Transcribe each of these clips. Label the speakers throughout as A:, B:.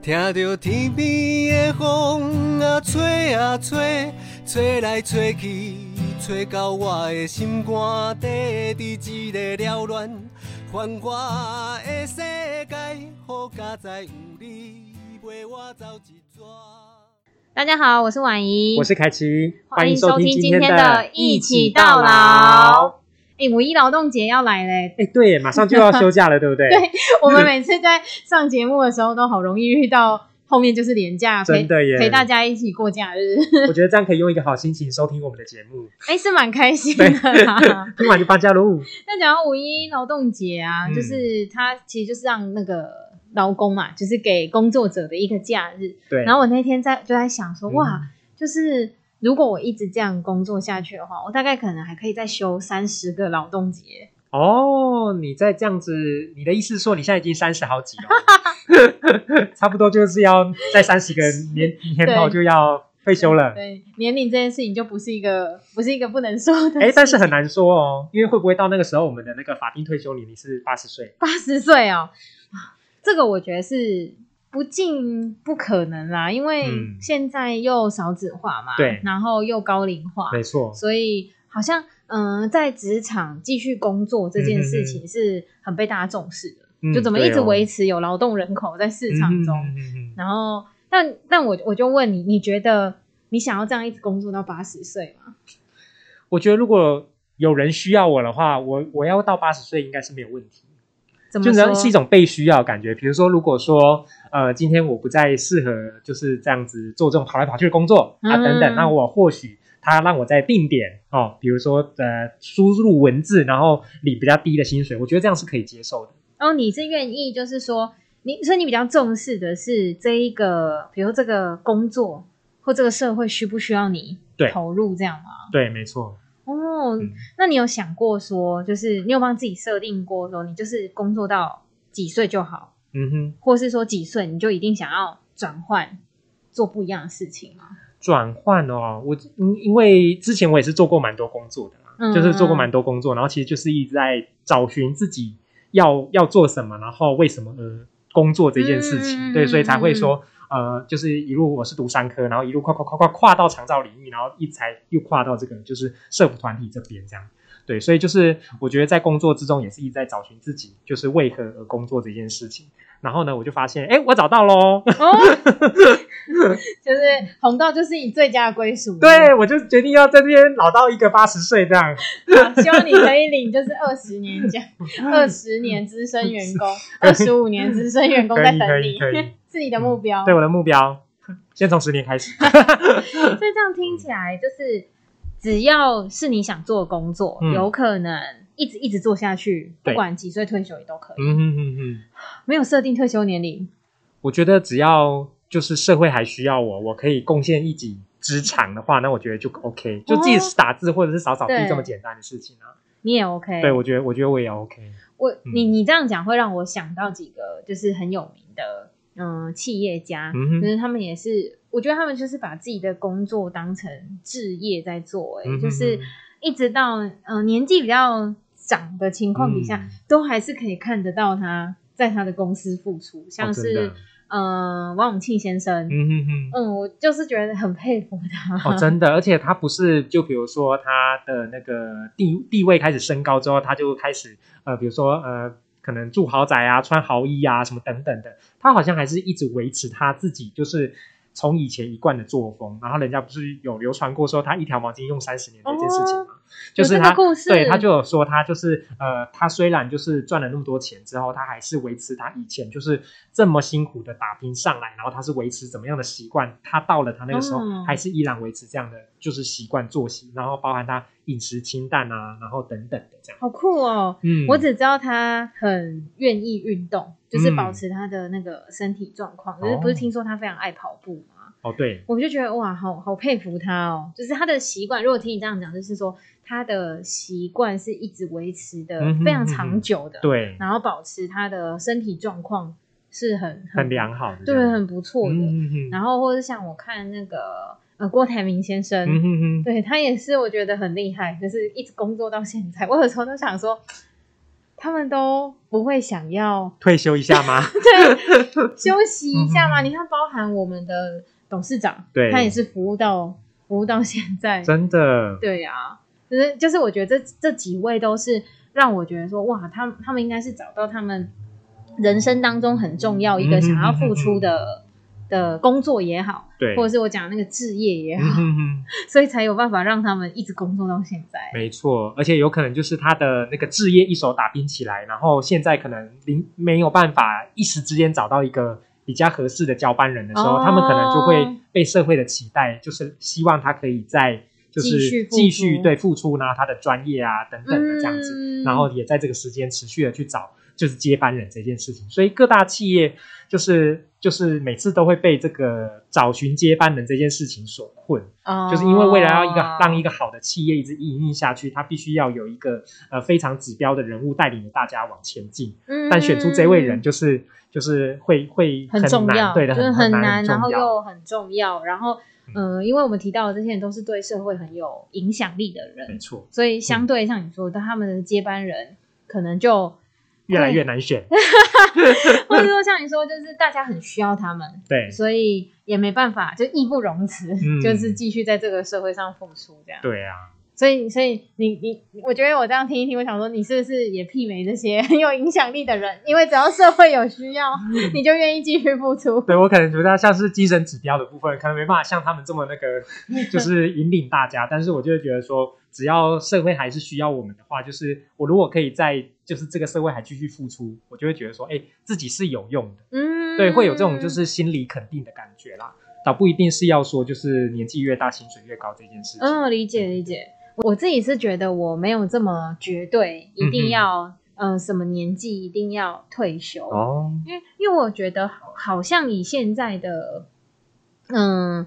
A: 听着天边的风啊吹啊吹，吹来吹去，吹到我的心肝底，伫一个缭乱繁华的世界，好佳哉有你陪我走一逝。
B: 大家好，我是婉怡，
C: 我是凯奇，
B: 欢
C: 欢
B: 迎
C: 迎
B: 收
C: 收
B: 听
C: 听
B: 今
C: 今
B: 天
C: 天
B: 的
C: 的
B: 《
C: 《
B: 一
C: 一
B: 起
C: 起
B: 到老
C: 到老》。
B: 哎、五一劳动节要来嘞！
C: 哎，对耶，马上就要休假了，对不 对？对，
B: 我们每次在上节目的时候，都好容易遇到后面就是连假，陪
C: 真的耶
B: 陪大家一起过假 日，
C: 我觉得这样可以用一个好心情收听我们的节目，
B: 哎、是蛮开心 的啦。
C: 听完就放假喽。
B: 那讲到五一劳动节啊，
C: 嗯
B: 就是它其实就是让那个劳工嘛，就是给工作者的一个假日。
C: 对，
B: 然后我那天在就在想说，
C: 嗯
B: 哇，就是如果我一直这样工作下去的话，我大概可能还可以再休三十个劳动节。
C: 哦，你在这样子，你的意思是说你现在已经三十好几了， 差不多就是要在三十个年年头就要退休了。
B: 对，年龄这件事情就不是一个不是一个不能说的事。
C: 哎，但是很难说哦，因为会不会到那个时候，我们的那个法定退休年龄是八十岁？
B: 八十岁哦，这个我觉得是不尽不可能啦，因为
C: 嗯
B: 现在又少子化嘛，
C: 对
B: 然后又高龄化，
C: 没错，
B: 所以好像嗯、呃在职场继续工作这件事情是很被大家重视的，
C: 嗯
B: 就怎么一直
C: 对哦
B: 维持有劳动人口在市场中，
C: 嗯嗯嗯嗯嗯
B: 然后但但我我就问你，你觉得你想要这样一直工作到八十岁吗？
C: 我觉得如果有人需要我的话，我我要到八十岁应该是没有问题。
B: 怎
C: 就
B: 么
C: 是
B: 说？
C: 是一种被需要的感觉。比如说，如果说呃，今天我不再适合就是这样子做这种跑来跑去的工作啊
B: 嗯
C: 等等，那我或许他让我在定点哦，比如说呃输入文字，然后领比较低的薪水，我觉得这样是可以接受的。
B: 然后哦你是愿意，就是说你，所以你比较重视的是这一个，比如这个工作或这个社会需不需要你
C: 对
B: 投入这样吗？
C: 对，没错。
B: 哦，
C: 嗯
B: 那你有想过说，就是你有帮自己设定过说，你就是工作到几岁就好，
C: 嗯哼，
B: 或是说几岁你就一定想要转换做不一样的事情吗？
C: 转换哦，我因因为之前我也是做过蛮多工作的啦，
B: 嗯
C: 就是做过蛮多工作，然后其实就是一直在找寻自己要要做什么，然后为什么而工作这件事情，
B: 嗯
C: 对，所以才会说。呃，就是一路我是读商科，然后一路跨跨跨跨跨到长照领域，然后一才又跨到这个就是社服团体这边这样，对，所以就是我觉得在工作之中也是一直在找寻自己，就是为何而工作这件事情。然后呢，我就发现，哎，我找到喽，
B: 哦，就是红道就是你最佳的归属，
C: 对我就决定要在这边老到一个八十岁这样，
B: 好希望你可以领就是二十年奖，二十年资深员 工，二十五年资深员工在等你
C: 可以可以可以，
B: 是你的目标。
C: 对我的目标，先从十年开始。
B: 所以这样听起来就是，只要是你想做的工作，
C: 嗯
B: 有可能一直一直做下去，不
C: 对
B: 管几岁退休也都可以，
C: 嗯哼哼哼，
B: 没有设定退休年龄。
C: 我觉得只要就是社会还需要我，我可以贡献一己之长的话，那我觉得就 OK，就即使打字或者是扫扫地
B: 对
C: 这么简单的事情啊。
B: 你也 OK，
C: 对，我觉得我觉得我也 OK。
B: 我
C: 嗯
B: 你你这样讲会让我想到几个就是很有名的嗯企业家，
C: 嗯哼
B: 就是他们也是，我觉得他们就是把自己的工作当成置业在做、欸，
C: 嗯哼
B: 就是一直到嗯、呃年纪比较长的情况底下，
C: 嗯
B: 都还是可以看得到他在他的公司付出，像
C: 哦真的
B: 是、呃王永庆先生，嗯
C: 嗯哼哼。
B: 我就是觉得很佩服他，
C: 哦，真的，而且他不是就比如说他的那个地地位开始升高之后，他就开始呃，比如说呃，可能住豪宅啊、穿豪衣啊什么等等的，他好像还是一直维持他自己就是从以前一贯的作风。然后人家不是有流传过说他一条毛巾用三十年的一件事情吗？就
B: 有
C: 是
B: 这个
C: 他
B: 故事，
C: 对他就有说他就是呃，他虽然就是赚了那么多钱之后，他还是维持他以前就是这么辛苦的打拼上来，然后他是维持怎么样的习惯？他到了他那个时候、
B: 哦
C: 还是依然维持这样的就是习惯作息，然后包含他饮食清淡啊，然后等等的这样。
B: 好酷哦，
C: 嗯，
B: 我只知道他很愿意运动，就是
C: 嗯
B: 保持他的那个身体状况。
C: 哦
B: 可、是不是听说他非常爱跑步吗？
C: 哦对，
B: 我就觉得哇，好好佩服他哦！就是他的习惯，如果听你这样讲，就是说他的习惯是一直维持的
C: 嗯哼
B: 非常长久的，、
C: 对，
B: 然后保持他的身体状况是很
C: 很良好的这
B: 对，
C: 样，
B: 很不错的。
C: 嗯嗯嗯
B: 然后或者像我看那个呃郭台铭先生，
C: 嗯嗯嗯，
B: 对他也是，我觉得很厉害，就是一直工作到现在。我有时候都想说，他们都不会想要
C: 退休一下吗？
B: 休息一下嘛。
C: 嗯
B: 你看，包含我们的董事长，
C: 对
B: 他也是服务到服务到现在，
C: 真的，
B: 对呀、就是就是，我觉得这这几位都是让我觉得说，哇，他们他们应该是找到他们人生当中很重要一
C: 嗯
B: 个
C: 嗯
B: 想要
C: 嗯嗯
B: 付出的、的工作也好，
C: 对，
B: 或者是我讲的那个置业也
C: 嗯
B: 好，
C: 哼哼
B: 所以才有办法让他们一直工作到现在。
C: 没错，而且有可能就是他的那个置业一手打拼起来，然后现在可能零没有办法一时之间找到一个比较合适的交班人的时候，
B: 哦
C: 他们可能就会被社会的期待，就是希望他可以在就
B: 继续
C: 是
B: 付出
C: 继续对付出呢他的专业啊等等的这样子，
B: 嗯
C: 然后也在这个时间持续的去找就是接班人这件事情，所以各大企业就是就是每次都会被这个找寻接班人这件事情所困。
B: 哦
C: 就是因为未来要一个让一
B: 个
C: 个好的企业一直营运下去，它必须要有一个呃非常指标的人物带领着大家往前进。但选出这位人，就是就是会会
B: 嗯很
C: 难
B: 重要，
C: 对的，
B: 就是
C: 很
B: 难，
C: 很
B: 然后
C: 重要
B: 又很重要，然后嗯、呃因为我们提到的这些人都是对社会很有影响力的人
C: 没，错，
B: 所以
C: 嗯
B: 相对像你说的，他们的接班人可能就
C: 越来
B: 会
C: 越难选。
B: 或者说像你说，就是大家很需要他们，
C: 对
B: 所以也没办法，就义不容辞，
C: 嗯
B: 就是继续在这个社会上付出这样。
C: 对啊，
B: 所以，所以你你，我觉得我这样听一听，我想说，你是不是也媲美这些 很有影响力的人？因为只要社会有需要，
C: 嗯
B: 你就愿意继续付出。
C: 对我可能觉得像是精神指标的部分，可能没办法像他们这么那个，就是引领大家。但是我就会觉得说，只要社会还是需要我们的话，就是我如果可以在就是这个社会还继续付出，我就会觉得说，哎，自己是有用的。
B: 嗯，
C: 对，会有这种就是心理肯定的感觉啦，倒不一定是要说就是年纪越大薪水越高这件事情。
B: 嗯，理解理解。我自己是觉得我没有这么绝对，一
C: 嗯
B: 定
C: 哼
B: 要嗯、呃什么年纪一定要退休。
C: 哦，
B: 因为因为我觉得好好像以现在的，嗯，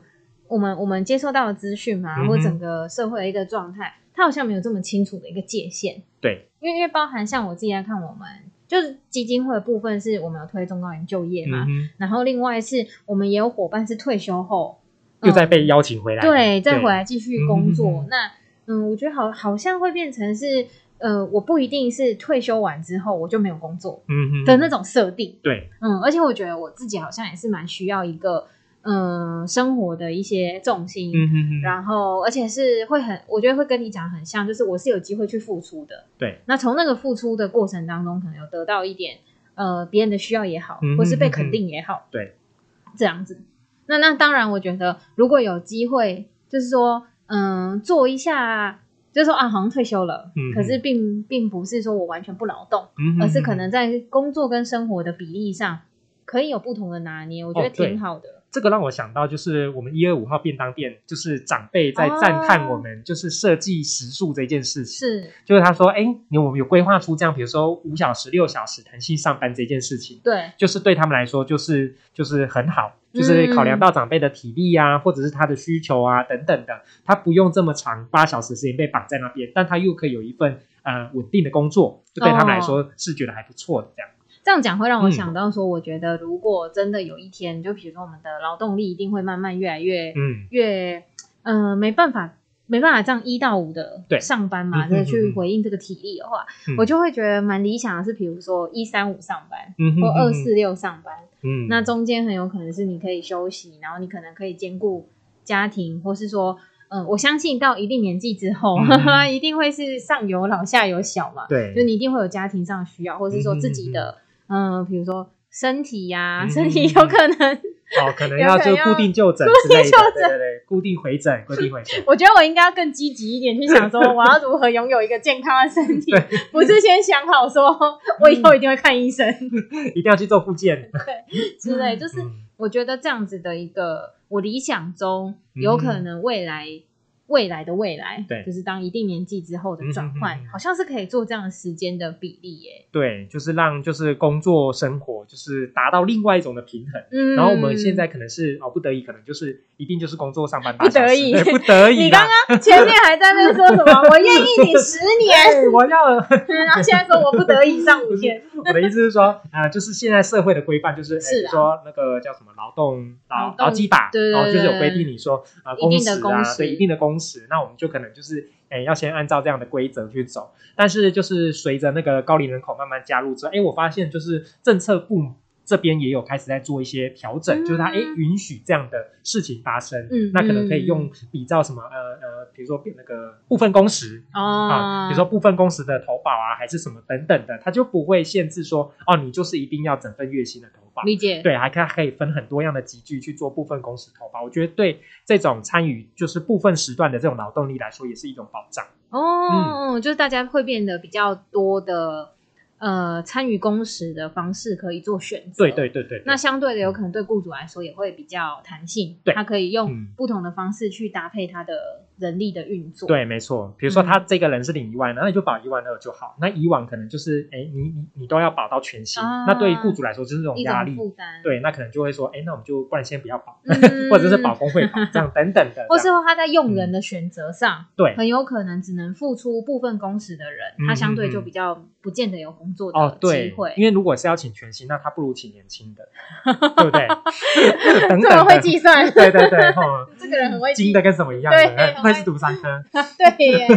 B: 我们我们接收到的资讯嘛，
C: 嗯哼
B: 或整个社会的一个状态，它好像没有这么清楚的一个界限。
C: 对，
B: 因为因为包含像我自己在看，我们就是基金会的部分是我们有推中高龄就业嘛，
C: 嗯哼，
B: 然后另外是我们也有伙伴是退休后
C: 又再
B: 嗯
C: 被邀请回来了，
B: 对，再回来继续工作。
C: 嗯哼哼
B: 那嗯，我觉得好好像会变成是呃，我不一定是退休完之后我就没有工作
C: 嗯哼
B: 的那种设定。
C: 对，
B: 嗯，而且我觉得我自己好像也是蛮需要一个嗯、呃生活的一些重心，
C: 嗯哼哼，
B: 然后而且是会很，我觉得会跟你讲很像，就是我是有机会去付出的。
C: 对，
B: 那从那个付出的过程当中，可能有得到一点呃别人的需要也好
C: 嗯，
B: 或是被
C: 嗯嗯
B: 肯定也好，
C: 对，
B: 这样子。那那当然，我觉得如果有机会，就是说，嗯，做一下，就是说啊，好像退休了，
C: 嗯嗯
B: 可是并并不是说我完全不劳动，
C: 嗯哼哼
B: 而是可能在工作跟生活的比例上可以有不同的拿捏，我觉得
C: 哦对
B: 挺好的。
C: 这个让我想到，就是我们一二五号便当店，就是长辈
B: 哦
C: 在赞叹我们就是设计时数这件事情。
B: 是，
C: 就是他说，哎，你我们有规划出这样，比如说五小时、六小时弹性上班这件事情，
B: 对，
C: 就是对他们来说，就是就是很好，就是考量到长辈的体力啊，或者是他的需求啊等等的，他不用这么长八小时时间被绑在那边，但他又可以有一份呃稳定的工作，就对他们来说是觉得还不错的这样。
B: 这样讲会让我
C: 嗯
B: 想到说，我觉得如果真的有一天，就比如说我们的劳动力一定会慢慢越来越、
C: 嗯，
B: 越，呃，没办法。没办法这样一到五的
C: 对
B: 上班嘛，
C: 嗯
B: 就是
C: 嗯
B: 去
C: 嗯
B: 回应这个体力的话，
C: 嗯
B: 我就会觉得蛮理想的是，比如说一三五上班
C: 嗯哼
B: 或二
C: 嗯哼
B: 四六上班，
C: 嗯，
B: 那中间很有可能是你可以休息，然后你可能可以兼顾家庭，或是说，嗯，我相信到一定年纪之后，
C: 嗯
B: 一定会是上有老下有小嘛，
C: 对，
B: 就你一定会有家庭上的需要，或是说自己的，嗯、比如说身体呀、
C: 嗯
B: 身体有可能，
C: 哦，可能要就固定就诊之 类的，对对对，固定回诊，固定回诊。
B: 我觉得我应该要更积极一点去想说，我要如何拥有一个健康的身体，不是先想好说我以后一定会看医生
C: 一定要去做复 健，
B: 之类，就是
C: 嗯
B: 我觉得这样子的一个我理想中有可能未来、未来的未来，
C: 嗯对
B: 就是当一定年纪之后的转换，
C: 嗯嗯嗯嗯
B: 好像是可以做这样的时间的比例耶。
C: 对，就是让就是工作生活就是达到另外一种的平衡。
B: 嗯，
C: 然后我们现在可能是哦不得已，可能就是一定就是工作上班
B: 不
C: 八
B: 得
C: 小时
B: 已
C: 对不得已啦。
B: 你刚刚嗯前面还在那说什 么，我愿意你十年，
C: 对，我要
B: 然后现在说我不得已上五天，
C: 我的意思是说，啊，就是现在社会的规范就是，哎
B: 是啊
C: 比如说那个叫什么劳动
B: 劳
C: 劳
B: 动
C: 劳基法，
B: 对对
C: 哦，就是有
B: 对
C: 规定你说啊
B: 一定的
C: 时
B: 工
C: 啊，
B: 时
C: 对一定的工尺，那我们就可能就是哎、要先按照这样的规则去走。但是就是随着那个高龄人口慢慢加入之后，哎、我发现就是政策部这边也有开始在做一些调整，
B: 嗯
C: 就是它哎、允许这样的事情发生，
B: 嗯
C: 那可能可以用比较什么呃呃，比如说那个部分工时， 啊，
B: 哦，
C: 比如说部分工时的投保啊，还是什么等等的，它就不会限制说哦，你就是一定要整份月薪的投保。
B: 理解，
C: 对，还可以可以分很多样的集聚去做部分工时投保，我觉得对这种参与就是部分时段的这种劳动力来说，也是一种保障。
B: 哦，
C: 嗯
B: 就是大家会变得比较多的呃参与工时的方式可以做选择，
C: 对对对对对
B: 那相对的，有可能对雇主来说也会比较弹性，
C: 对
B: 他可以用
C: 嗯
B: 不同的方式去搭配他的人力的运作。，
C: 对，没错。比如
B: 嗯
C: 说他这个人是领一万，那你就保一万二就好。那以往可能就是，哎，你你你都要保到全薪，
B: 啊
C: 那对于雇主来说就是这种
B: 一
C: 压
B: 种
C: 力。
B: 负担。
C: 对，那可能就会说，哎，那我们就不然先不要保，
B: 嗯
C: 或者是保工会保这样 等等的。
B: 或
C: 这
B: 是
C: 样
B: 他在用人的选择上，
C: 对
B: 很有可能只能付出部分工时的人，
C: 嗯
B: 他相对就比较不见得有工作
C: 哦
B: 的，
C: 对
B: 机会，。
C: 因为如果是要请全薪，那他不如请年轻 的，对不对？等等
B: 这个人
C: 的
B: 会计算，
C: 对对对，吼，
B: 这个人很会
C: 精
B: 计
C: 的跟什么一样
B: 对哦
C: 的，
B: 很
C: 会
B: 会
C: 是读商科，
B: 对耶。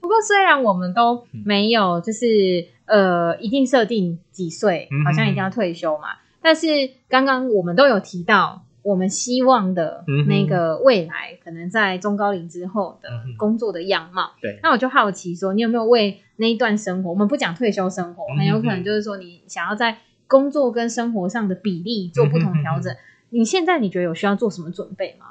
B: 不过虽然我们都
C: 嗯
B: 没有，就是呃，一定设定几岁
C: 嗯，
B: 好像一定要退休嘛。但是刚刚我们都有提到，我们希望的
C: 嗯哼
B: 那个未来，可能在中高龄之后的
C: 嗯哼
B: 工作的样貌。
C: 对
B: 那我就好奇说，你有没有为那一段生活，我们不讲退休生活
C: 嗯，哼
B: 很有可能就是说你想要在工作跟生活上的比例做不同调
C: 嗯
B: 整。你现在你觉得有需要做什么准备吗？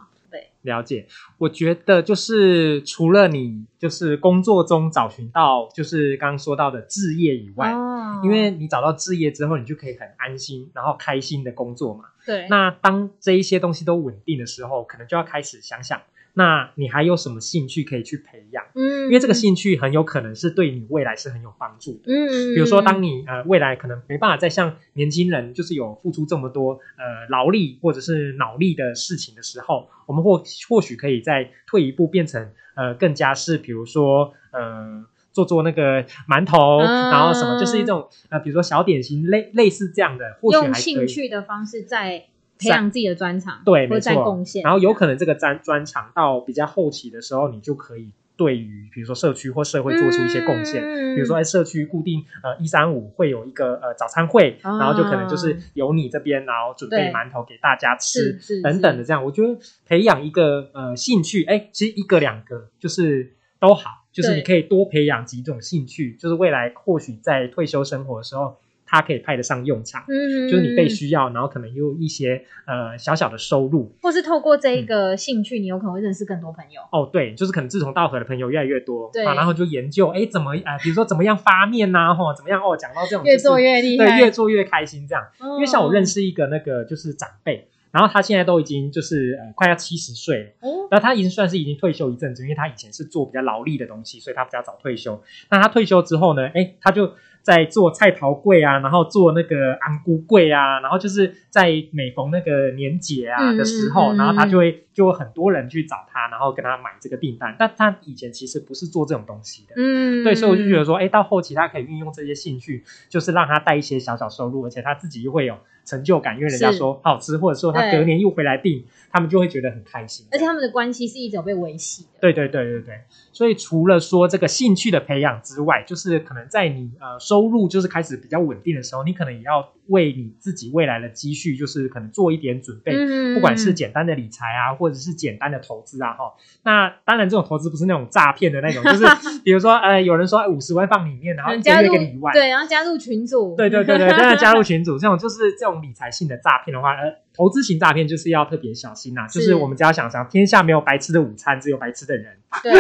C: 了解。我觉得就是除了你就是工作中找寻到就是刚刚说到的置业以外，
B: 哦
C: 因为你找到置业之后，你就可以很安心，然后开心的工作嘛。
B: 对，
C: 那当这一些东西都稳定的时候，可能就要开始想想，那你还有什么兴趣呃可以去培养？
B: 嗯，
C: 因为这个兴趣很有可能是对你未来是很有帮助的。
B: 嗯，嗯，
C: 比如说，当
B: 你
C: 你呃未来可能没办法再像年轻人就是有付出这么多呃劳力或者是脑力的事情的时候，我们或或许可以再退一步，变成呃更加是比如说呃做做那个馒头，
B: 啊
C: 然后什么就是一种呃比如说小点心类类似这样的，或许还
B: 用
C: 可以
B: 兴趣的方式在培养自己的专长，
C: 对，
B: 或
C: 没
B: 者在
C: 错，
B: 贡献，
C: 然后有可能这个专专长到比较后期的时候，你就可以对于比如说社区或社会做出一些贡献。
B: 嗯
C: 比如说，在社区固定呃一三五会有一个呃早餐会，
B: 啊
C: 然后就可能就是由你这边然后准备
B: 对
C: 馒头给大家
B: 是
C: 吃
B: 是
C: 等等的
B: 是
C: 这样，我觉得培养一个呃兴趣，哎，其实一个两个就是都好，就是
B: 对
C: 你可以多培养几种兴趣，就是未来或许在退休生活的时候，它可以派得上用场。
B: 嗯，
C: 就是你被
B: 嗯，
C: 需要，然后可能又有一些呃小小的收入
B: 或是透过这一个兴趣，你有可能会认识更多朋友，
C: 嗯哦，对，就是可能志同道合的朋友越来越多，
B: 对
C: 啊，然后就研究哎怎么啊、呃比如说怎么样发面呐、吼怎么样哦，讲到这种、就是、
B: 越做越厉害，哦嗯
C: 对，越做越开心这样。
B: 因
C: 因为像我认，识一个那个就是长辈，然后他现在都已经就是呃快要七十岁了，
B: 哦，
C: 那他已经算是已经退休一阵子，因为他以前是做比较劳力的东西，所以他比较早退休。那他退休之后呢，哎，他就在做菜桃柜啊，然后做那个昂菇柜啊，然后就是在每逢那个年节啊
B: 嗯
C: 的时候，
B: 嗯嗯
C: 然后他就会就有很多人去找他，然后跟他买这个订单。但他以前其实不是做这种东西的。
B: 嗯，
C: 对，所以我就觉得说，哎，到后期他可以运用这些兴趣，就是让他带一些小小收入，而且他自己又会有成就感，因为人家
B: 是
C: 说好吃，或者说他
B: 对
C: 隔年又回来订，他们就会觉得很开心。
B: 而且他们的关系是一直有被维系的，
C: 对对对对对，所以除了说这个兴趣的培养之外，就是可能在你呃收入就是开始比较稳定的时候，你可能也要为你自己未来的积蓄，就是可能做一点准备，
B: 嗯
C: 不管是简单的理财啊，或者是简单的投资啊，哈。那当然，这种投资不是那种诈骗的那种，就是 比如说呃，有人说五十万放里面，然后
B: 嗯
C: 一个
B: 加
C: 月
B: 入
C: 给你一万，
B: 对，然后加入群组，
C: 对对 对对，当然加入群组这种就是这种理财性的诈骗的话，呃，投资型诈骗就是要特别小心呐、
B: 是
C: 就是我们只要想想，天下没有白吃的午餐，只有白吃的人。
B: 对，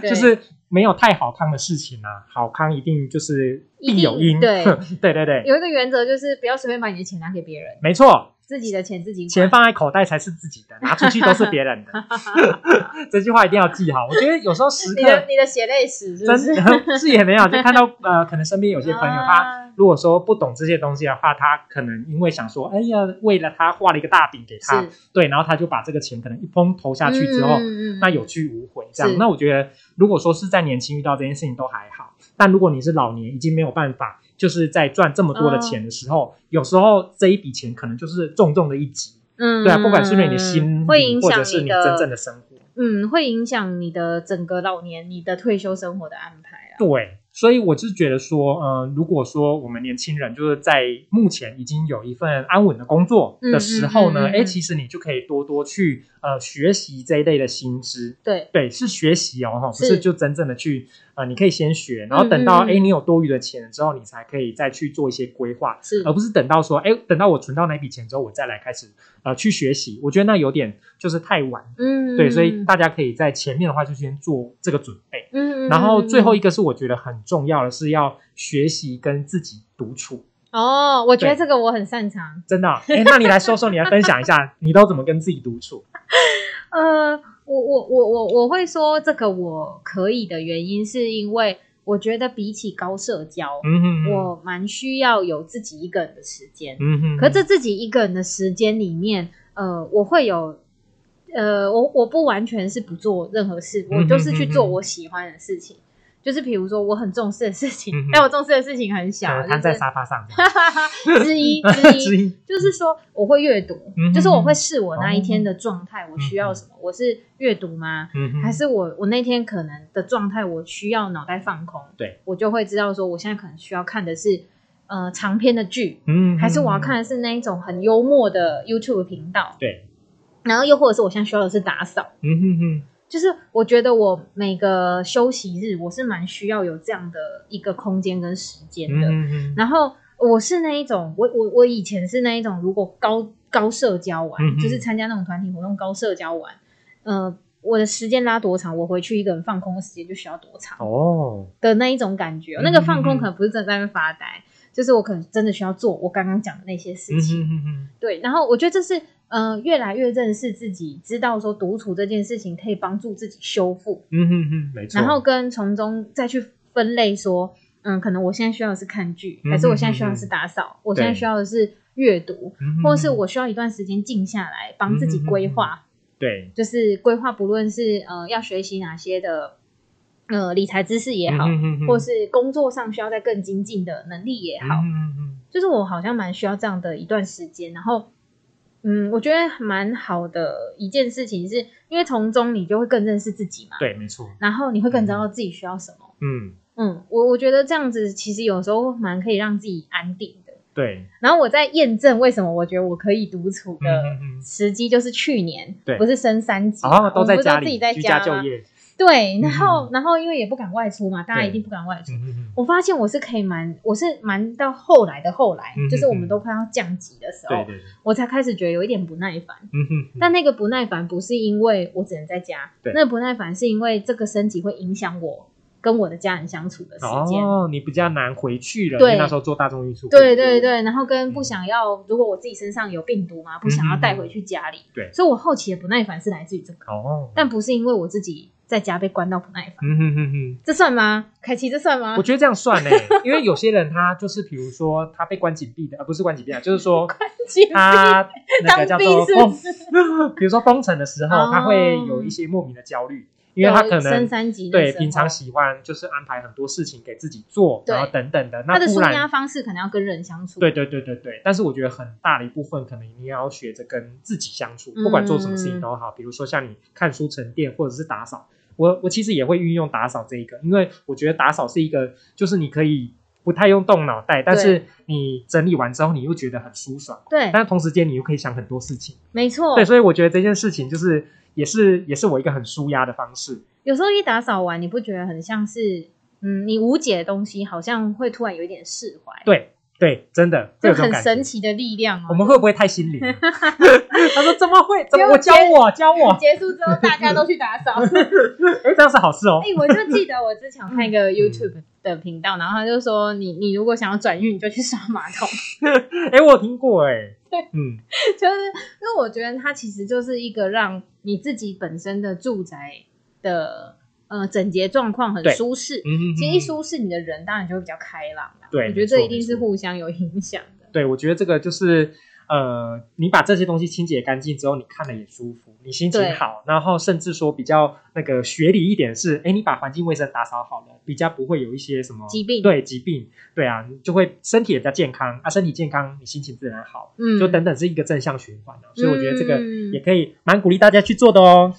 B: 对
C: 就是没有太好康的事情啊，好康一定就是必有
B: 一
C: 因。
B: 定对
C: 对对对
B: 有一个原则就是不要随便把你的钱拿给别人，
C: 没错，
B: 自己的钱自己管
C: 钱放在口袋才是自 己的，拿出去都是别人的。这句话一定要记好。我觉得有时候时
B: 你的
C: 刻
B: 你的血泪史是不是？
C: 真是也没有，就看到呃，可能身边有些朋友他。
B: 啊
C: 如果说不懂这些东西的话，他可能因为想说，哎呀，为了他画了一个大饼给他
B: 是，
C: 对，然后他就把这个钱可能一碰投下去之后，
B: 嗯嗯嗯
C: 那有去无回这样
B: 是。
C: 那我觉得，如果说是在年轻遇到这件事情都还好，但如果你是老年已经没有办法，就是在赚这么
B: 嗯
C: 多的钱的时候，有时候这一笔钱可能就是重重的一击，
B: 嗯，
C: 对啊，不管是对你的心
B: 会
C: 理
B: 影
C: 或
B: 响
C: 者是你
B: 的
C: 真正的生活，
B: 嗯，会影响你的整个老年、你的退休生活的安排啊。
C: 对，所以我是觉得说，呃，如果说我们年轻人就是在目前已经有一份安稳的工作的时候
B: 嗯
C: 呢，
B: 嗯嗯嗯
C: 哎、
B: 嗯
C: 其实你就可以多多去呃学习这一类的薪资。
B: 对，
C: 对，是学习哦，哈，不
B: 是
C: 是就真正的去呃，你可以先学，然后等到
B: 嗯嗯嗯
C: 哎、你有多余的钱之后，你才可以再去做一些规划，
B: 是
C: 而不是等到说哎，等到我存到那笔钱之后，我再来开始呃去学习。我觉得那有点就是太晚，
B: 嗯，
C: 对，所以
B: 嗯
C: 大家可以在前面的话就先做这个准备。
B: 嗯，嗯
C: 然后最后一
B: 嗯
C: 个是我觉得很重要的是要学习跟自己独处，
B: 嗯哦，我觉得
C: 对
B: 这个我很擅长。
C: 真的啊、哎，那你来说说，你来分享一下，你都怎么跟自己独处？
B: 呃，我我我我我会说这个我可以的原因，是因为我觉得比起高社交，
C: 嗯哼哼，
B: 我蛮需要有自己一个人的时间。
C: 嗯哼哼，
B: 可这自己一个人的时间里面，呃，我会有，呃，我我不完全是不做任何事，
C: 嗯
B: 我就是去做
C: 嗯嗯
B: 我喜欢的事情，就是比如说我很重视的事情，
C: 嗯嗯
B: 但我重视的事情很小，
C: 呃
B: 就
C: 瘫在
B: 是
C: 沙发上，
B: 之一 之一
C: 之一，
B: 就是说我会阅读，
C: 嗯哼哦
B: 就是我会视我那一天的状态，我需要什么，我是阅读吗？
C: 嗯哼，
B: 还是我我那天可能的状态，我需要脑袋放空，
C: 对
B: 我就会知道说我现在可能需要看的是呃长篇的剧，
C: 嗯哼哼，
B: 还是我要看的是那一种很幽默的 YouTube 频道，
C: 嗯对，
B: 然后又或者是我现在需要的是打扫，
C: 嗯哼哼，
B: 就是我觉得我每个休息日我是蛮需要有这样的一个空间跟时间
C: 嗯
B: 的。
C: 哼哼，
B: 然后我是那一种，我我我以前是那一种，如果高高社交玩，
C: 嗯哼
B: 就是参加那种团体活动高社交玩，呃，我的时间拉多长，我回去一个人放空的时间就需要多长。
C: 哦，
B: 的那一种感觉哦、
C: 嗯
B: 那个放空可能不是真的在那边发呆，就是我可能真的需要做我刚刚讲的那些事
C: 嗯
B: 情。
C: 哼哼哼，
B: 对，然后我觉得这是呃越来越认识自己，知道说独处这件事情可以帮助自己修复，
C: 嗯哼哼，没错，
B: 然后跟从中再去分类说，嗯，可能我现在需要的是看剧，还是我现在需要的是打扫，我现在需要的是阅读，
C: 嗯哼哼
B: 或是我需要一段时间静下来，帮自己规
C: 嗯
B: 划，
C: 对，
B: 就是规划不论是呃要学习哪些的呃理财知识也好，
C: 嗯哼哼哼
B: 或是工作上需要再更精进的能力也好，
C: 嗯哼哼
B: 就是我好像蛮需要这样的一段时间，然后，嗯，我觉得蛮好的一件事情是，因为从中你就会更认识自己嘛，
C: 对，没错，
B: 然后你会更知道自己需要什么。
C: 嗯，
B: 嗯，我我觉得这样子其实有时候蛮可以让自己安定的。
C: 对，
B: 然后我在验证为什么我觉得我可以独处
C: 嗯
B: 的
C: 哼哼，
B: 时机，就是去年，
C: 对
B: 不是升三级嘛，
C: 然后哦都在
B: 我们不是
C: 家
B: 自己
C: 里
B: 在
C: 居家就
B: 吗？
C: 业，
B: 对，然
C: 嗯
B: 后然后因为也不敢外出嘛，大家
C: 对
B: 一定不敢外出，
C: 嗯哼哼，
B: 我发现我是可以蛮，我是蛮到后来的后来，
C: 嗯
B: 就是我们都快要降级的时候，
C: 对对，对
B: 我才开始觉得有一点不耐烦。
C: 嗯哼哼，
B: 哦但那个不耐烦不是因为我只能在家，
C: 对
B: 那个不耐烦是因为这个升级会影响我跟我的家人相处的时间。
C: 哦，你比较难回去了，
B: 对
C: 因为那时候做大众运输，
B: 对对，对，然后跟
C: 嗯
B: 不想要，如果我自己身上有病毒嘛，不想要带回去家里。
C: 对
B: 所以我后期的不耐烦是来自于这个，
C: 哦，
B: 但不是因为我自己在家被关到不耐烦，
C: 嗯哼哼哼。
B: 这算吗？凯奇，这算吗
C: 我？觉得这样算呢，欸因为有些人他就是，比如说他被关紧闭的，呃，不是关紧闭啊，就是 说他那个叫
B: 当
C: 做
B: 兵是
C: 封
B: 不，是？
C: 比如说封城的时候，
B: 哦
C: 他会有一些莫名的焦虑，因为他可
B: 有升
C: 能
B: 三级的
C: 对
B: 时
C: 平常
B: 候
C: 喜欢就是安排很多事情给自己做，
B: 对
C: 然后等等的，
B: 他
C: 那
B: 的
C: 突
B: 舒
C: 然
B: 压方式可能要跟人相处。
C: 对对对对对，但是我觉得很大的一部分，可能你也要学着跟自己相处，不管做什么事情
B: 嗯
C: 都好。比如说像你看书沉淀，或者是打扫，我我其实也会运用打扫这一个，因为我觉得打扫是一个，就是你可以不太用动脑袋，但是你整理完之后，你又觉得很舒爽，
B: 对，
C: 但同时间你又可以想很多事情。
B: 没错
C: 对，。所以我觉得这件事情就是也是也是我一个很舒压的方式。
B: 有时候一打扫完，你不觉得很像是嗯，你无解的东西好像会突然有一点释怀，
C: 对对，真的
B: 就
C: 会有这种
B: 很
C: 感
B: 神
C: 觉。
B: 奇的力量
C: 我
B: 哦。
C: 们会不会太心灵了？ 他说：“怎么会？怎么我
B: 不
C: 教
B: 用
C: 我教我？
B: 结束之后，大家都去打扫。
C: 哎，这样是好事哦。
B: 哎、我就记得我之前有看一个 YouTube 的频道，然后他就说你，你如果想要转运，你就去刷马桶。
C: 哎、我有听过哎、嗯，
B: 就是因为我觉得它其实就是一个让你自己本身的住宅的呃整洁状况很
C: 对
B: 舒适，
C: 嗯
B: 其实一，舒适，你的人当然就会比较开朗啦。
C: 对
B: 我觉得这
C: 没错
B: 一定是互相有影响的。
C: 对，我觉得这个就是呃，你把这些东西清洁干净之后，你看了也舒服，你心
B: 对
C: 情好，然后甚至说比较那个学理一点是，哎、你把环境卫生打扫好了，比较不会有一些什么
B: 疾病
C: 对疾病，对啊，你就会身体也比较健康啊，身体健康，你心情自然好，
B: 嗯，
C: 就等等是一个正向循环啊，所以我觉得这个
B: 嗯
C: 也可以蛮鼓励大家去做的哦。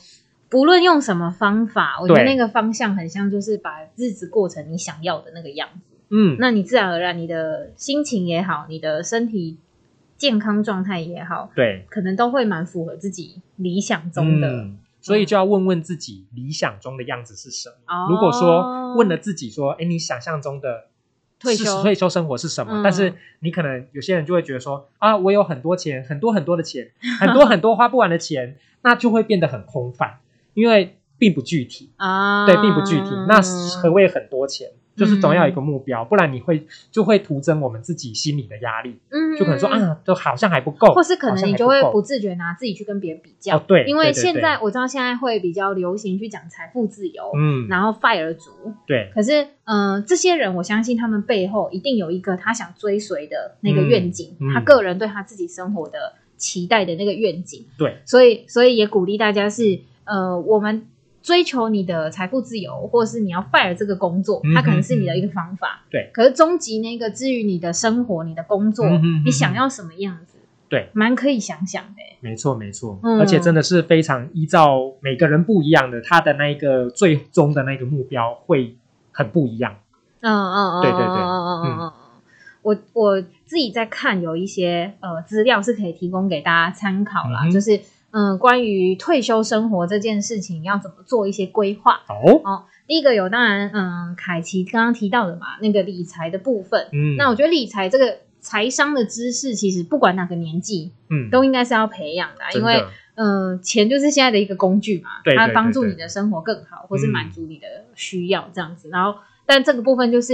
B: 不论用什么方法，我觉得
C: 对
B: 那个方向很像，就是把日子过成你想要的那个样子。
C: 嗯，
B: 那你自然而然，你的心情也好，你的身体健康状态也好，
C: 对，
B: 可能都会蛮符合自己理想中的。
C: 嗯所以就要问问自己理想中的样子是什么。
B: 哦
C: 如果说问了自己说，哎，你想象中的
B: 退
C: 是
B: 休
C: 退休生活是什么？
B: 嗯
C: 但是你可能有些人就会觉得说，啊，我有很多钱，很多很多的钱， 很多很多花不完的钱，那就会变得很空泛，因为并不具体。
B: 啊，
C: 对，并不具体。那何谓很多钱？就是总要有一个目
B: 嗯
C: 标，不然你会就会徒增我们自己心理的压力，
B: 嗯
C: 就可能说，啊，都好像还不够，
B: 或是可
C: 好像
B: 能你
C: 还
B: 就会
C: 不
B: 不
C: 够
B: 自觉拿自己去跟别人比较，
C: 哦，对，
B: 因为
C: 对对
B: 现
C: 对
B: 在我知道现在会比较流行去讲财富自由，
C: 嗯，
B: 然后 fire 族，
C: 对，
B: 可是，嗯、这些人我相信他们背后一定有一个他想追随的那个愿景，
C: 嗯嗯
B: 他个人对他自己生活的期待的那个愿景。
C: 对，
B: 所以，所以也鼓励大家是，呃，我们追求你的财富自由，或者是你要 fire 这个工作，
C: 嗯
B: 它可能是你的一个方法。
C: 对
B: 可是终极那个至于你的生活、你的工作，
C: 嗯哼嗯哼
B: 你想要什么样子，
C: 对，
B: 蛮可以想想的欸。
C: 没错没错，
B: 嗯
C: 而且真的是非常依照每个人不一样的，他的那一个最终的那个目标会很不一样。
B: 嗯嗯嗯，
C: 对对对
B: 嗯嗯嗯嗯。我我自己在看有一些呃资料是可以提供给大家参考啦，
C: 嗯哼
B: 就是嗯关于退休生活这件事情要怎么做一些规划。
C: 哦，
B: 第一个有当然嗯凯奇刚刚提到的嘛，那个理财的部分。
C: 嗯，
B: 那我觉得理财这个财商的知识，其实不管哪个年纪
C: 嗯
B: 都应该是要培养的啊、
C: 真
B: 因
C: 的
B: 为嗯，钱就是现在的一个工具嘛，
C: 对对
B: 它
C: 对
B: 帮助
C: 对
B: 你的生活更好，或是
C: 嗯
B: 满足你的需要这样子。然后，但这个部分就是，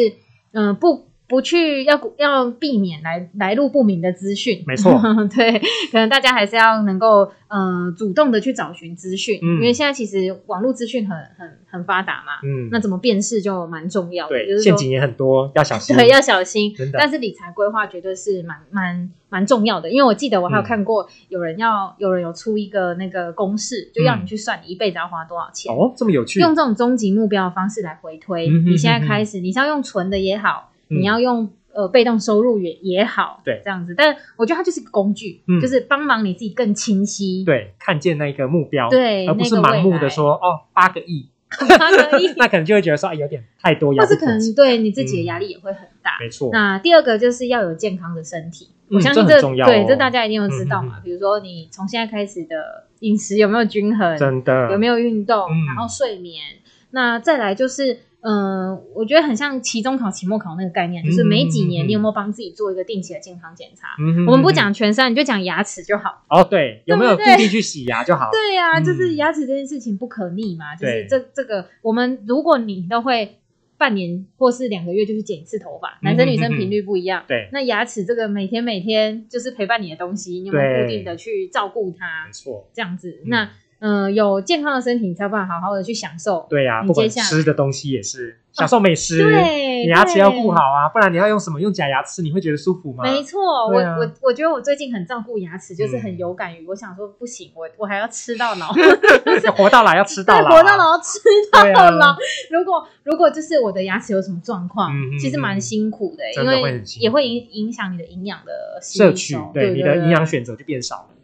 B: 嗯、不不去要要避免来来路不明的资讯，
C: 没错
B: 对，可能大家还是要能够呃主动的去找寻资讯，
C: 嗯
B: 因为现在其实网络资讯很很很发达嘛，
C: 嗯，
B: 那怎么辨识就蛮重要的，就
C: 对
B: 是
C: 陷
B: 说
C: 阱也很多，要小 心。
B: 对，要小心
C: 真。的
B: 但是理财规划绝对是蛮蛮蛮重要的，因为我记得我还有
C: 嗯
B: 看过有人要、有人有出一个那个公式，就要你
C: 嗯
B: 去算你一辈子要花多少钱，
C: 哦，这么有趣，
B: 用这种终极目标的方式来回推。
C: 嗯哼
B: 你现在
C: 嗯哼
B: 开始，你是要用存的也好，
C: 嗯
B: 你要用呃被动收入也也好，
C: 对
B: 这样子。但我觉得它就是一个工具，
C: 嗯
B: 就是帮忙你自己更清晰。
C: 对，看见那个目标，
B: 对
C: 而不是
B: 那个未
C: 盲目的
B: 来
C: 说哦八个亿， ，
B: 它可以
C: 那可能就会觉得说、哎、有点太多，
B: 或
C: 遥不
B: 是
C: 可
B: 可能
C: 及。
B: 对你自己的
C: 嗯
B: 压力也会很大。
C: 没错，
B: 那第二个就是要有健康的身体，
C: 嗯
B: 我相信
C: 这很重要哦
B: 对这大家一定都知道嘛。
C: 嗯嗯
B: 比如说你从现在开始的饮食有没有均衡，
C: 真的
B: 有没有运动，
C: 嗯
B: 然后睡眠，那再来就是。嗯，我觉得很像期中考、期末考那个概念，
C: 嗯
B: 就是每几年你有没有帮自己做一个定期的健康检查？
C: 嗯哼
B: 我们不
C: 嗯
B: 讲全身，你就讲牙齿就好。
C: 哼哦，对，有没有
B: 对
C: 固
B: 不对
C: 定去洗牙就好？
B: 对呀、
C: 嗯
B: 就是牙齿这件事情不可逆嘛，就是
C: 对
B: 这这个，我们如果你都会半年或是两个月就去剪一次头
C: 嗯
B: 发，男生女生频率不一样，
C: 对，
B: 那牙齿这个每天每天就是陪伴你的东西，你有没有
C: 对
B: 固定的去照顾它
C: 没？错，
B: 这样子，
C: 嗯
B: 那嗯、呃有健康的身体，你才有办法好好的去享受。
C: 对呀、
B: 你
C: 不管
B: 接下来哦
C: 吃的东西也是，享受美食，
B: 对，
C: 你牙齿要顾
B: 对。
C: 好啊，不然你要用什么？用假牙吃，你会觉得舒服吗？
B: 没错，我
C: 对啊
B: 我我觉得我最近很照顾牙齿，就是很
C: 嗯
B: 有感于，我想说不行，我我还要吃到 老，
C: 要活到老要吃到
B: 对，
C: 老、啊
B: 活到，老吃
C: 对
B: 到
C: 啊，
B: 老。如果如果就是我的牙齿有什么状况，
C: 嗯嗯嗯
B: 其实蛮辛苦的，
C: 真
B: 因
C: 的会
B: 为
C: 很辛苦
B: 也会影影响你的营养的吸
C: 摄取
B: 收，
C: 对
B: 对
C: 你的营养。
B: 对
C: 选择就变少了。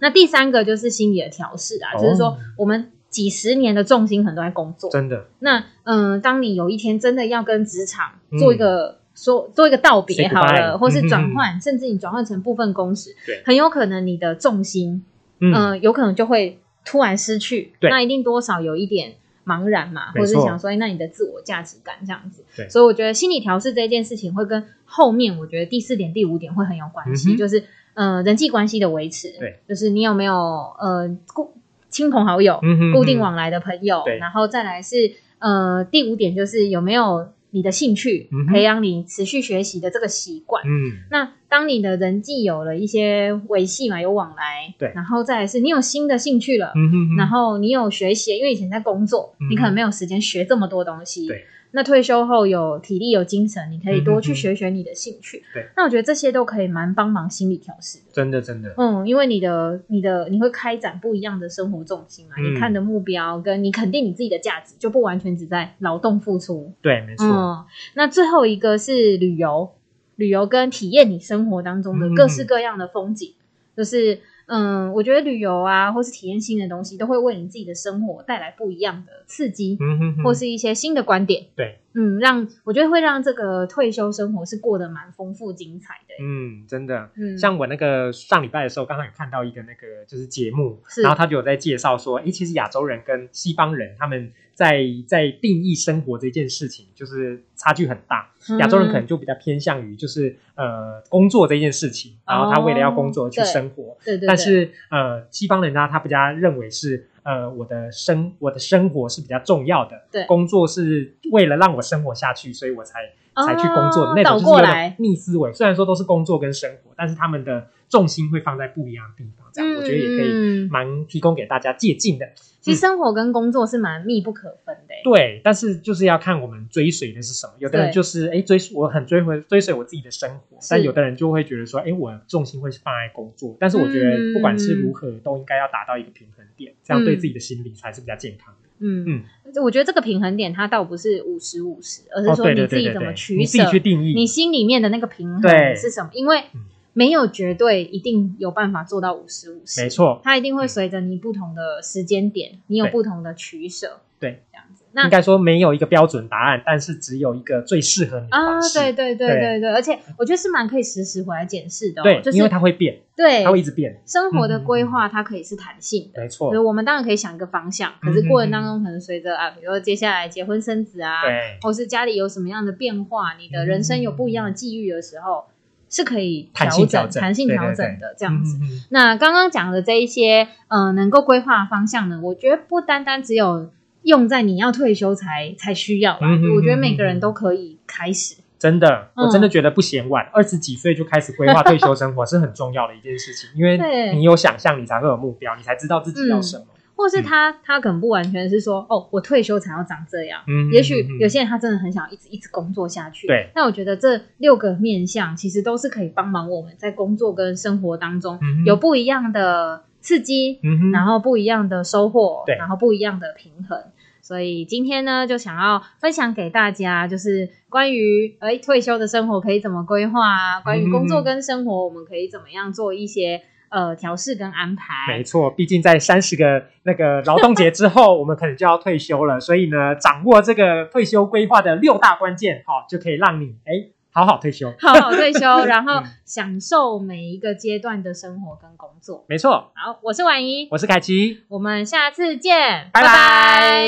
B: 那第三个就是心理的调试啊，
C: 哦
B: 就是说我们几十年的重心很多在工作，
C: 真的
B: 那嗯、呃当你有一天真的要跟职场
C: 嗯
B: 做一个。说做一个道别
C: Say
B: 好
C: goodbye
B: 了，或是
C: 嗯
B: 转换，甚至你转换成部分工时
C: 对，
B: 很有可能你的重心，
C: 嗯
B: 嗯、有可能就会突然失去，
C: 对
B: 那一定多少有一点茫然嘛，或
C: 没
B: 者是
C: 错
B: 想说，哎，那你的自我价值感这样子。
C: 对
B: 所以我觉得心理调试这件事情会跟后面我觉得第四点、第五点会很有关系，
C: 嗯哼
B: 就是呃人际关系的维持，
C: 对，
B: 就是你有没有呃固亲朋好友，
C: 嗯哼
B: 固定往来的朋友，
C: 对
B: 然后再来是呃第五点就是有没有你的兴趣，
C: 嗯哼
B: 培养你持续学习的这个习惯。
C: 嗯，
B: 那当你的人际有了一些维系嘛，有往来，
C: 对
B: 然后再来是你有新的兴趣了，
C: 嗯哼哼
B: 然后你有学习，因为以前在工作，
C: 嗯
B: 你可能没有时间学这么多东西。
C: 对。
B: 那退休后有体力有精神，你可以
C: 嗯
B: 多
C: 哼
B: 去
C: 哼
B: 学学你的兴趣。
C: 对。
B: 那我觉得这些都可以蛮帮忙心理调试的。
C: 真的真的，
B: 嗯，因为你的你的你会开展不一样的生活重心嘛，
C: 嗯
B: 你看的目标跟你肯定你自己的价值，就不完全只在劳动付出。
C: 对，没错，
B: 嗯，那最后一个是旅游，旅游跟体验你生活当中的
C: 嗯
B: 各式各样的风景，就是。嗯，我觉得旅游啊，或是体验新的东西，都会为你自己的生活带来不一样的刺激，
C: 嗯哼哼，
B: 或是一些新的观点。
C: 对，
B: 嗯，让我觉得会让这个退休生活是过得蛮丰富精彩的欸。
C: 嗯，真的。
B: 嗯，
C: 像我那个上礼拜的时候，刚好有看到一个那个就是节目，
B: 是
C: 然后他就有在介绍说，诶，其实亚洲人跟西方人他们在在定义生活这件事情，就是差距很大。亚洲人可能
B: 嗯
C: 就比较偏向于就是呃工作这件事情，然后他为了要工作而去
B: 哦对
C: 生活，
B: 对对对，
C: 但是呃西方人呢，他比较认为是呃我的生我的生活是比较重要的，
B: 对
C: 工作是为了让我生活下去，所以我才才去工作的
B: 哦
C: 那种，
B: 倒
C: 就是
B: 过
C: 有
B: 来
C: 种，逆思维。虽然说都是工作跟生活，但是他们的重心会放在不一样的地方，
B: 嗯
C: 这样、我觉得也可以嗯
B: 以。
C: 蛮提供给大家借鉴的。
B: 其实生活跟工作是蛮密不可分的欸。
C: 对，但是就是要看我们追随的是什么。有的人
B: 对
C: 就是哎追我很追回追随我自己的生活，但
B: 是
C: 有的人就会觉得说哎我重心会放在工作。但是我觉
B: 嗯
C: 得不管是如何，都应该要达到一个平衡点，这样对自己的心理才是比较健康的。
B: 嗯，我觉得这个平衡点它倒不是五十五十，而是
C: 哦，
B: 嗯说
C: 对
B: 你
C: 对
B: 自
C: 对
B: 己
C: 对
B: 怎么
C: 对，
B: 取
C: 你自
B: 舍
C: 己，去定义。
B: 你心里面的那个平衡
C: 对
B: 是什么？因为
C: 嗯
B: 没有绝对一定有办法做到五十五
C: 没
B: 十，
C: 错，
B: 它一定会随着你不同的时间点，你有
C: 对
B: 不同的取舍。
C: 对，
B: 这样子。那
C: 应该说没有一个标准答案，但是只有一个最适合你的
B: 啊
C: 方，式。
B: 对对对
C: 对
B: 对对，而且我觉得是蛮可以实时回来检视的、哦，
C: 对
B: 就是
C: 因为它会变，
B: 对
C: 它会一直变。
B: 生活的
C: 嗯嗯嗯
B: 规划，它可以是弹性的。
C: 没
B: 所
C: 错
B: 以，我们当然可以想一个方向，可
C: 嗯
B: 是过程当中可能随着啊，比如说接下来结婚生子啊，
C: 对，
B: 或是家里有什么样的变化，你的人生有不一样的际遇的时候，是可以
C: 弹性调
B: 整、
C: 整
B: 弹性
C: 对
B: 调
C: 对
B: 整
C: 对
B: 的这样子。
C: 嗯嗯嗯
B: 那刚刚讲的这一些，呃，能够规划的方向呢，我觉得不单单只有用在你要退休才才需要啦，
C: 嗯嗯
B: 我觉得每
C: 嗯
B: 个人
C: 嗯
B: 都可以开始。
C: 真的，
B: 嗯
C: 我真的觉得不嫌晚，二十、几岁就开始规划退休生活是很重要的一件事情，因
B: 对
C: 为你有想象，你才会有目标，你才知道自己要什么。
B: 或
C: 嗯
B: 是他、他可能不完全是说哦，我退休才要长这样。
C: 嗯，
B: 也许
C: 嗯
B: 有些人他真的很想一直一直工作下去。
C: 对。
B: 那我觉得这六个面向其实都是可以帮忙我们在工作跟生活当中
C: 嗯哼
B: 有不一样的刺激，
C: 嗯哼，
B: 然后不一样的收获，
C: 对
B: 然后不一样的平衡。所以今天呢，就想要分享给大家，就是关于哎退休的生活可以怎么规划啊，关于工作
C: 嗯
B: 跟生活我们可以怎么样做一些呃调试跟安排。
C: 没错，毕竟在三十个那个劳动节之后，我们可能就要退休了，所以呢，掌握这个退休规划的六大关键，好、就可以让你哎好好退休。
B: 好好退休， 然
C: 嗯
B: 后享受每一个阶段的生活跟工作。
C: 没错，
B: 好，我是婉怡，
C: 我是凯奇，
B: 我们下次见，
C: 拜
B: 拜
C: 拜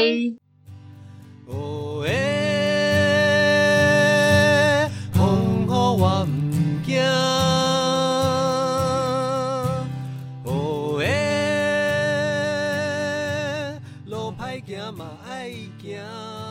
A: 哦耶，风雨我毋惊。哦耶，路歹行嘛爱行。